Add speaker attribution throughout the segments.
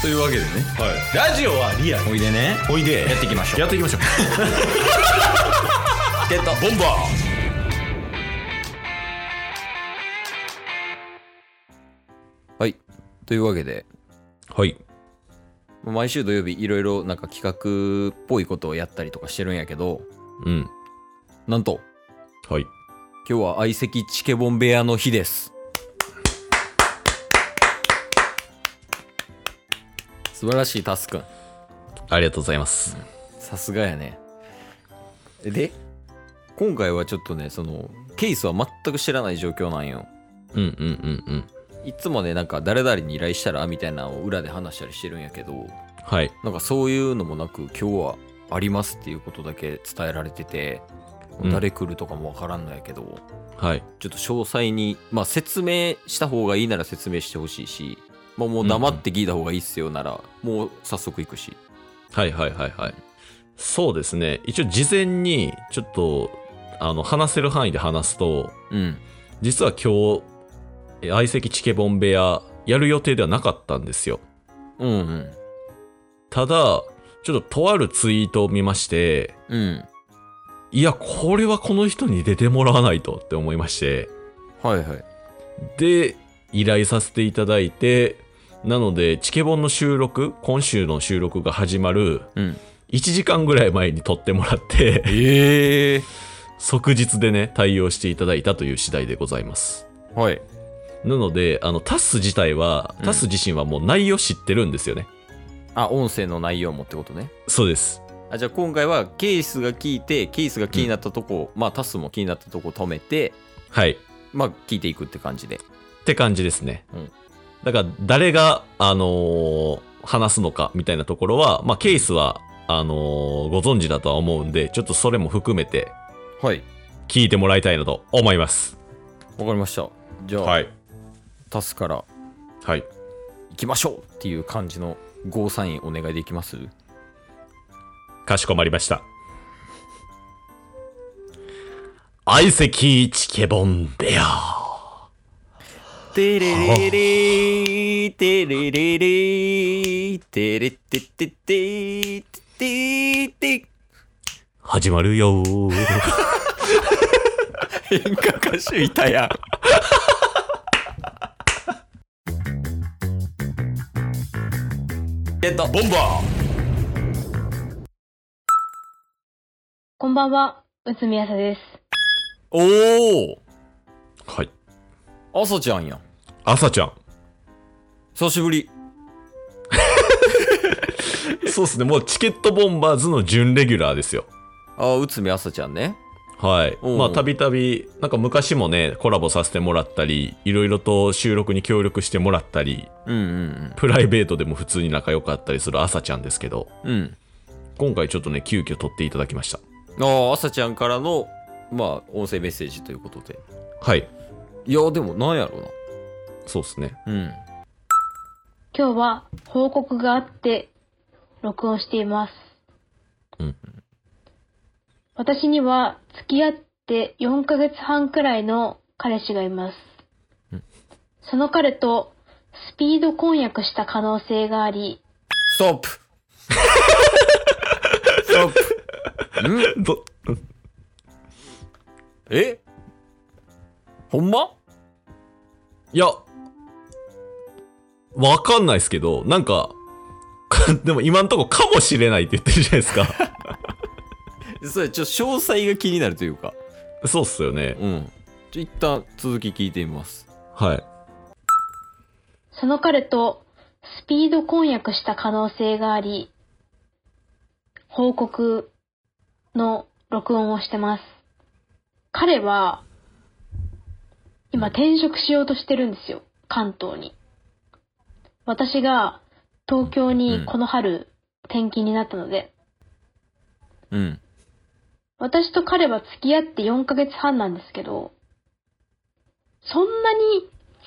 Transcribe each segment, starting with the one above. Speaker 1: というわけでね
Speaker 2: はい、ラジオはリアル
Speaker 1: おいでね
Speaker 2: おいで
Speaker 1: やっていきましょう
Speaker 2: やっていきましょう
Speaker 1: ゲットボンバーはいというわけで
Speaker 2: はい
Speaker 1: 毎週土曜日いろいろなんか企画っぽいことをやったりとかしてるんやけど
Speaker 2: うん
Speaker 1: なんと
Speaker 2: はい
Speaker 1: 今日は相席チケボン部屋の日です素晴らしいタスくん
Speaker 2: ありがとうございます
Speaker 1: さすがやねで今回はちょっとねそのケースは全く知らない状況なんよ
Speaker 2: うんうんうんうん
Speaker 1: いつもねなんか誰々に依頼したらみたいなのを裏で話したりしてるんやけど
Speaker 2: はい
Speaker 1: なんかそういうのもなく今日はありますっていうことだけ伝えられてて
Speaker 2: うん
Speaker 1: 誰来るとかもわからんのやけど、
Speaker 2: はい
Speaker 1: ちょっと詳細に、まあ、説明した方がいいなら説明してほしいし、まあ、もう黙って聞いた方がいいっすよなら、もう早速行くし
Speaker 2: はいはいはいはいそうですね一応事前にちょっとあの話せる範囲で話すと
Speaker 1: うん
Speaker 2: 実は今日相席チケボン部屋やる予定ではなかったんですよ
Speaker 1: うんうん
Speaker 2: ただちょっととあるツイートを見まして
Speaker 1: うん
Speaker 2: いやこれはこの人に出てもらわないとって思いまして
Speaker 1: はいはい
Speaker 2: で依頼させていただいてなのでチケボンの収録今週の収録が始まる
Speaker 1: うん
Speaker 2: 1時間ぐらい前に撮ってもらって
Speaker 1: ええ
Speaker 2: 即日でね対応していただいたという次第でございます
Speaker 1: はい
Speaker 2: なのであのタス自体は
Speaker 1: うん
Speaker 2: タス自身はもう内容知ってるんですよね、
Speaker 1: あ音声の内容もってことね
Speaker 2: そうです
Speaker 1: あじゃあ今回はケースが聞いてケースが気になったとこ、まあタスも気になったとこ止めて
Speaker 2: はい
Speaker 1: まあ聞いていくって感じで
Speaker 2: って感じですね。
Speaker 1: うん
Speaker 2: だから、誰が、あのー話すのかみたいなところは、まあ、ケースは、あのーご存知だとは思うんで、ちょっとそれも含めて
Speaker 1: はい
Speaker 2: 聞いてもらいたいなと思います。
Speaker 1: わかりましたじゃあ、
Speaker 2: はい。
Speaker 1: タスから
Speaker 2: はい。
Speaker 1: 行きましょうっていう感じのゴーサインお願いできます
Speaker 2: かしこまりました。相席チケボンベア。
Speaker 1: テレレレーテレレレーテレテテテテテ
Speaker 2: 始まる
Speaker 1: 演
Speaker 2: よ
Speaker 1: 歌歌手いたやんゲットボンバ
Speaker 3: こんばんは、うつみやさです。
Speaker 1: ー
Speaker 2: はい。
Speaker 1: おお朝ちゃんやん
Speaker 2: 朝ちゃん。
Speaker 1: 久しぶり
Speaker 2: そうですね。もうチケットボンバーズの準レギュラーですよ。
Speaker 1: あ内海朝ちゃんね
Speaker 2: はい。
Speaker 1: うん
Speaker 2: まあ、たびたび、なんか昔もね、コラボさせてもらったり、いろいろと収録に協力してもらったり、
Speaker 1: うんうん
Speaker 2: プライベートでも普通に仲良かったりする朝ちゃんですけど、
Speaker 1: うん
Speaker 2: 今回ちょっとね、急遽撮っていただきました。
Speaker 1: うんああ朝ちゃんからのまあ音声メッセージということで
Speaker 2: はい。
Speaker 1: いやでもなんやろ
Speaker 2: そうですね。
Speaker 1: うなうん
Speaker 3: 今日は報告があって、録音しています。
Speaker 2: うん
Speaker 3: 私には付き合って4ヶ月半くらいの彼氏がいます。その彼とスピード婚約した可能性があり、
Speaker 1: ストップスト ップん
Speaker 2: ど、
Speaker 1: えほんま
Speaker 2: いや、わかんないですけど、なんか、 かでも今んとこかもしれないって言ってるじゃないで すか。
Speaker 1: それちょっと詳細が気になるというか
Speaker 2: そうっすよね。
Speaker 1: うんちょ一旦続き聞いてみます
Speaker 2: はい。
Speaker 3: その彼とスピード婚約した可能性があり、報告の録音をしてます。彼は、今転職しようとしてるんですよ。関東に。私が東京にこの春転勤になったので、
Speaker 1: うん
Speaker 3: 私と彼は付き合って4ヶ月半なんですけど、そんなに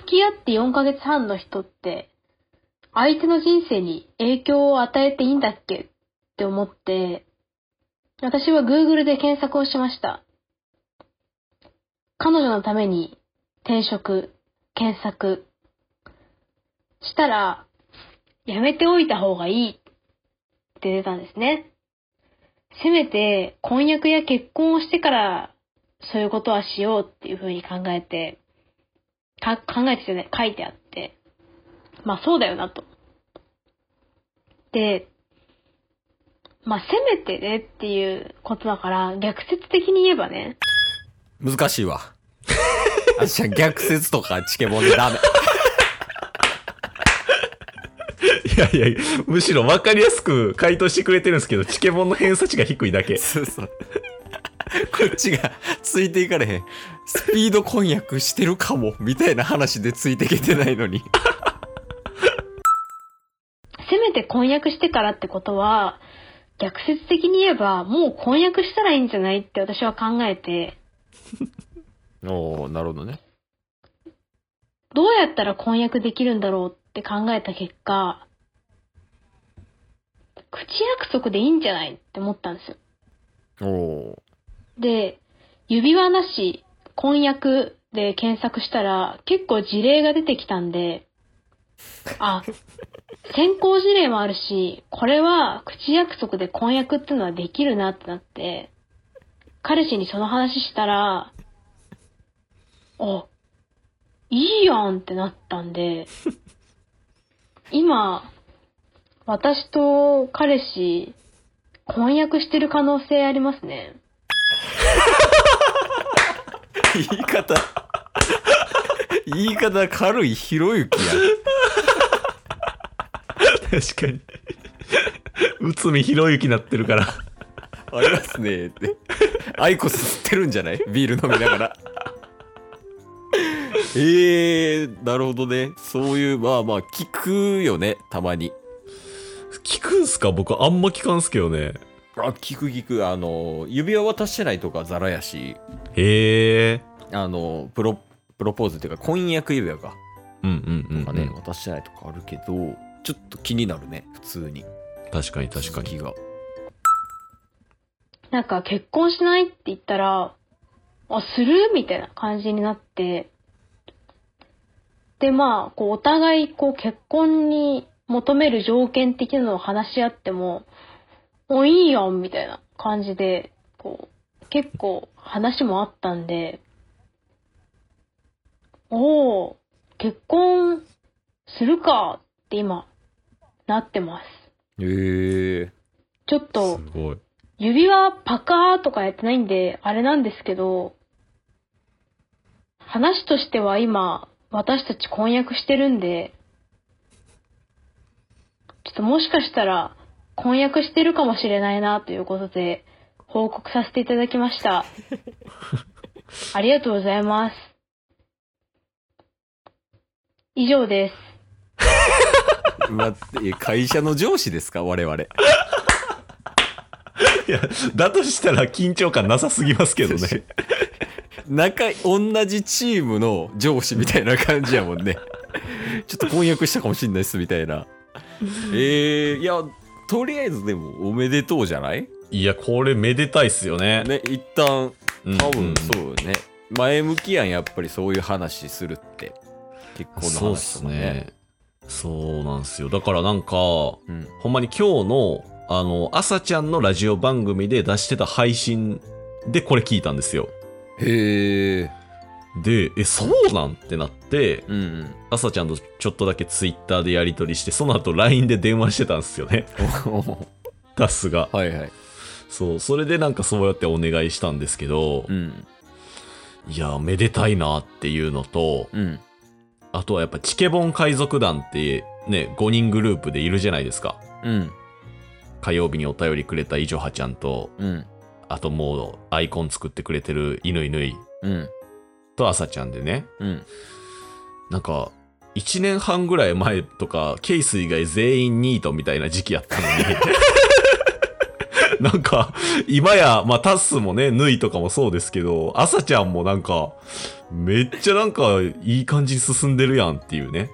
Speaker 3: 付き合って4ヶ月半の人って、相手の人生に影響を与えていいんだっけって思って、私は Google で検索をしました。彼女のために転職、検索。したら、やめておいた方がいいって出たんですね。せめて婚約や結婚をしてからそういうことはしようっていうふうに考えて、か考えててね、書いてあって、まあそうだよなと。で、まあせめてねっていうことだから逆説的に言えばね、
Speaker 1: 難しいわ。あっしゃ、逆説とかチケボンでダメ。
Speaker 2: いやいやいや、むしろ分かりやすく回答してくれてるんですけど、チケボンの偏差値が低いだけ。
Speaker 1: そうそう。こっちがついていかれへん。スピード婚約してるかも、みたいな話でついていけてないのに。
Speaker 3: せめて婚約してからってことは、逆説的に言えば、もう婚約したらいいんじゃないって私は考えて、
Speaker 1: おおなるほどね。
Speaker 3: どうやったら婚約できるんだろうって考えた結果、口約束でいいんじゃないって思ったんですよ。
Speaker 1: おお
Speaker 3: で、指輪なし、婚約で検索したら、結構事例が出てきたんで、あ、先行事例もあるし、これは口約束で婚約ってのはできるなってなって、彼氏にその話したら、あ、いいやんってなったんで、今、私と彼氏、婚約してる可能性ありますね。
Speaker 1: 言い方。言い方軽いひろゆきや。
Speaker 2: 確かに。内海博之なってるから。
Speaker 1: ありますねって。アイコス吸ってるんじゃないビール飲みながら。えー、なるほどね。そういう、まあまあ、聞くよね、たまに。
Speaker 2: 聞くんすか僕あんま聞かんすけどね。
Speaker 1: あ、聞く聞く。あの、指輪渡してないとかザラやし、
Speaker 2: へえ。
Speaker 1: あの、プロ、プロポーズっていうか、婚約指輪か。
Speaker 2: うんうんうん、
Speaker 1: とか
Speaker 2: う
Speaker 1: ね、
Speaker 2: ん。
Speaker 1: 渡してないとかあるけど、ちょっと気になるね、普通に。
Speaker 2: 確かに確か
Speaker 1: 続き
Speaker 2: に。
Speaker 1: が。
Speaker 3: なんか結婚しないって言ったら、あ、するみたいな感じになって、で、まあ、こう、お互い、こう、結婚に求める条件的なのを話し合っても、もういいやんみたいな感じで、こう、結構話もあったんで、おお結婚するかって今、なってます。
Speaker 1: えー、
Speaker 3: ちょっと、
Speaker 2: すごい。
Speaker 3: 指輪パカーとかやってないんで、あれなんですけど、話としては今、私たち婚約してるんで、ちょっともしかしたら、婚約してるかもしれないな、ということで、報告させていただきました。ありがとうございます。以上です。
Speaker 1: 待って、会社の上司ですか我々。
Speaker 2: いや、だとしたら緊張感なさすぎますけど ね。
Speaker 1: 仲い、同じチームの上司みたいな感じやもん ね。ちょっと婚約したかもしんないっす、みたいな。えー、いや、とりあえずでも、おめでとうじゃない
Speaker 2: いや、これめでたいっすよね。
Speaker 1: ね、一旦、
Speaker 2: うん
Speaker 1: 多分
Speaker 2: う
Speaker 1: そうよね。前向きやん、やっぱりそういう話するって。結
Speaker 2: ん。
Speaker 1: 婚の
Speaker 2: そうっ
Speaker 1: 話
Speaker 2: す
Speaker 1: とかね。
Speaker 2: ね。そうなんですよ。だからなんか、ほ
Speaker 1: うん。
Speaker 2: んまに今日の、あの、朝ちゃんのラジオ番組で出してた配信でこれ聞いたんですよ。
Speaker 1: へえ。
Speaker 2: で、え、そうなんってなって、
Speaker 1: うん うん。
Speaker 2: 朝ちゃんとちょっとだけツイッターでやり取りして、その後 LINE で電話してたんですよね。 タスが。
Speaker 1: はいはい。
Speaker 2: そう、それでなんかそうやってお願いしたんですけど、
Speaker 1: うん。
Speaker 2: いや、めでたいなっていうのと、
Speaker 1: うん。
Speaker 2: あとはやっぱチケボン海賊団ってね、5人グループでいるじゃないですか。
Speaker 1: うん。
Speaker 2: 火曜日にお便りくれたイジョハちゃんと、
Speaker 1: うん。
Speaker 2: あともうアイコン作ってくれてるイヌイヌイ
Speaker 1: うん。
Speaker 2: と朝ちゃんでね、
Speaker 1: うん。
Speaker 2: なんか、1年半ぐらい前とか、ケイス以外全員ニートみたいな時期やったのに。 なんか、今や、まあ、タッスもね、ヌイとかもそうですけど、アサちゃんもなんか、めっちゃなんか、いい感じに進んでるやんっていうね。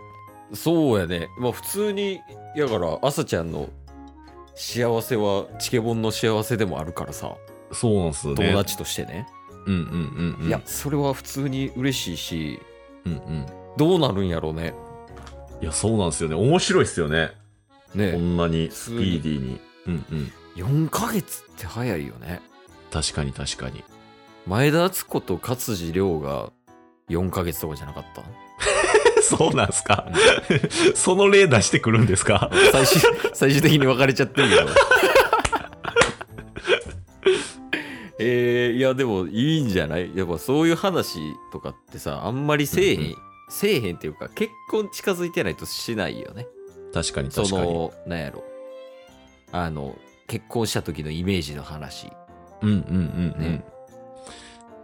Speaker 1: そうやね。まあ普通に、やから、朝ちゃんの幸せは、チケボンの幸せでもあるからさ、
Speaker 2: そうなんすよね。
Speaker 1: 友。達としてね。
Speaker 2: うんうんうん、うん。
Speaker 1: いや、、それは普通に嬉しいし、
Speaker 2: うんうん。
Speaker 1: どうなるんやろうね。
Speaker 2: いや、そうなんですよね。面白いっすよね。こ
Speaker 1: ね
Speaker 2: んなにスピーディーに。うんうん。
Speaker 1: 4ヶ月って早いよね
Speaker 2: 確かに確かに。
Speaker 1: 前田敦子と勝地涼が4ヶ月とかじゃなかった
Speaker 2: そうなんすか その例出してくるんですか
Speaker 1: 最終 最終的に別れちゃってるけど えー、いやでもいいんじゃないやっぱそういう話とかってさあんまりせえへん、
Speaker 2: うんうん
Speaker 1: せえへんっていうか結婚近づいてないとしないよね
Speaker 2: 確かに
Speaker 1: そ
Speaker 2: 確かに。
Speaker 1: のなんやろあの結婚した時のイメージの話
Speaker 2: うんうんうん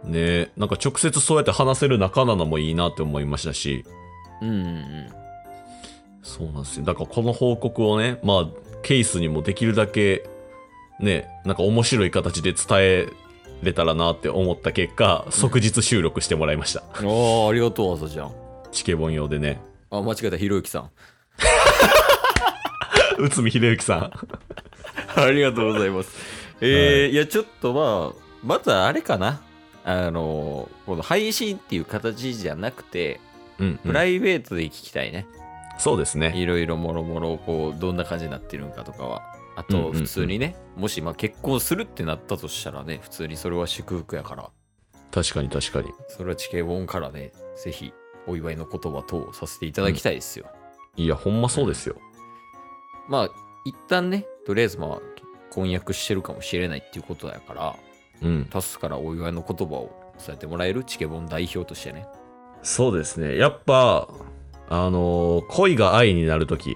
Speaker 2: うん。ねえ、なんか直接そうやって話せる仲なのもいいなって思いましたし、
Speaker 1: うんうんうん
Speaker 2: そうなんですよ。だからこの報告をね、まあ、ケースにもできるだけ、ね、なんか面白い形で伝えれたらなって思った結果、即日収録してもらいました。
Speaker 1: ああありがとう朝ちゃん
Speaker 2: チケボン用でね。
Speaker 1: あ間違えたひろゆきさん
Speaker 2: 内海秀幸さん。
Speaker 1: ありがとうございますえーい、やちょっとまあまずはあれかなあのこの配信っていう形じゃなくて
Speaker 2: うん、う
Speaker 1: プ
Speaker 2: ん。
Speaker 1: ライベートで聞きたいね、
Speaker 2: そうですね。
Speaker 1: いろいろもろもろこうどんな感じになってるんかとかはあ
Speaker 2: うんうん
Speaker 1: と
Speaker 2: うん
Speaker 1: 普通にね、もしまあ結婚するってなったとしたらね普通にそれは祝福やから
Speaker 2: 確かに確かに。
Speaker 1: それは地形本からねぜひお祝いの言葉等をさせていただきたいですよ、
Speaker 2: いや、ほんまそうですよ。
Speaker 1: まあ一旦ねとりあえずまあ婚約してるかもしれないっていうことだから
Speaker 2: うん。
Speaker 1: タスからお祝いの言葉を伝えてもらえるチケボン代表としてね
Speaker 2: そうですね。やっぱ、あのー恋が愛になるとき、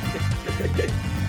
Speaker 4: す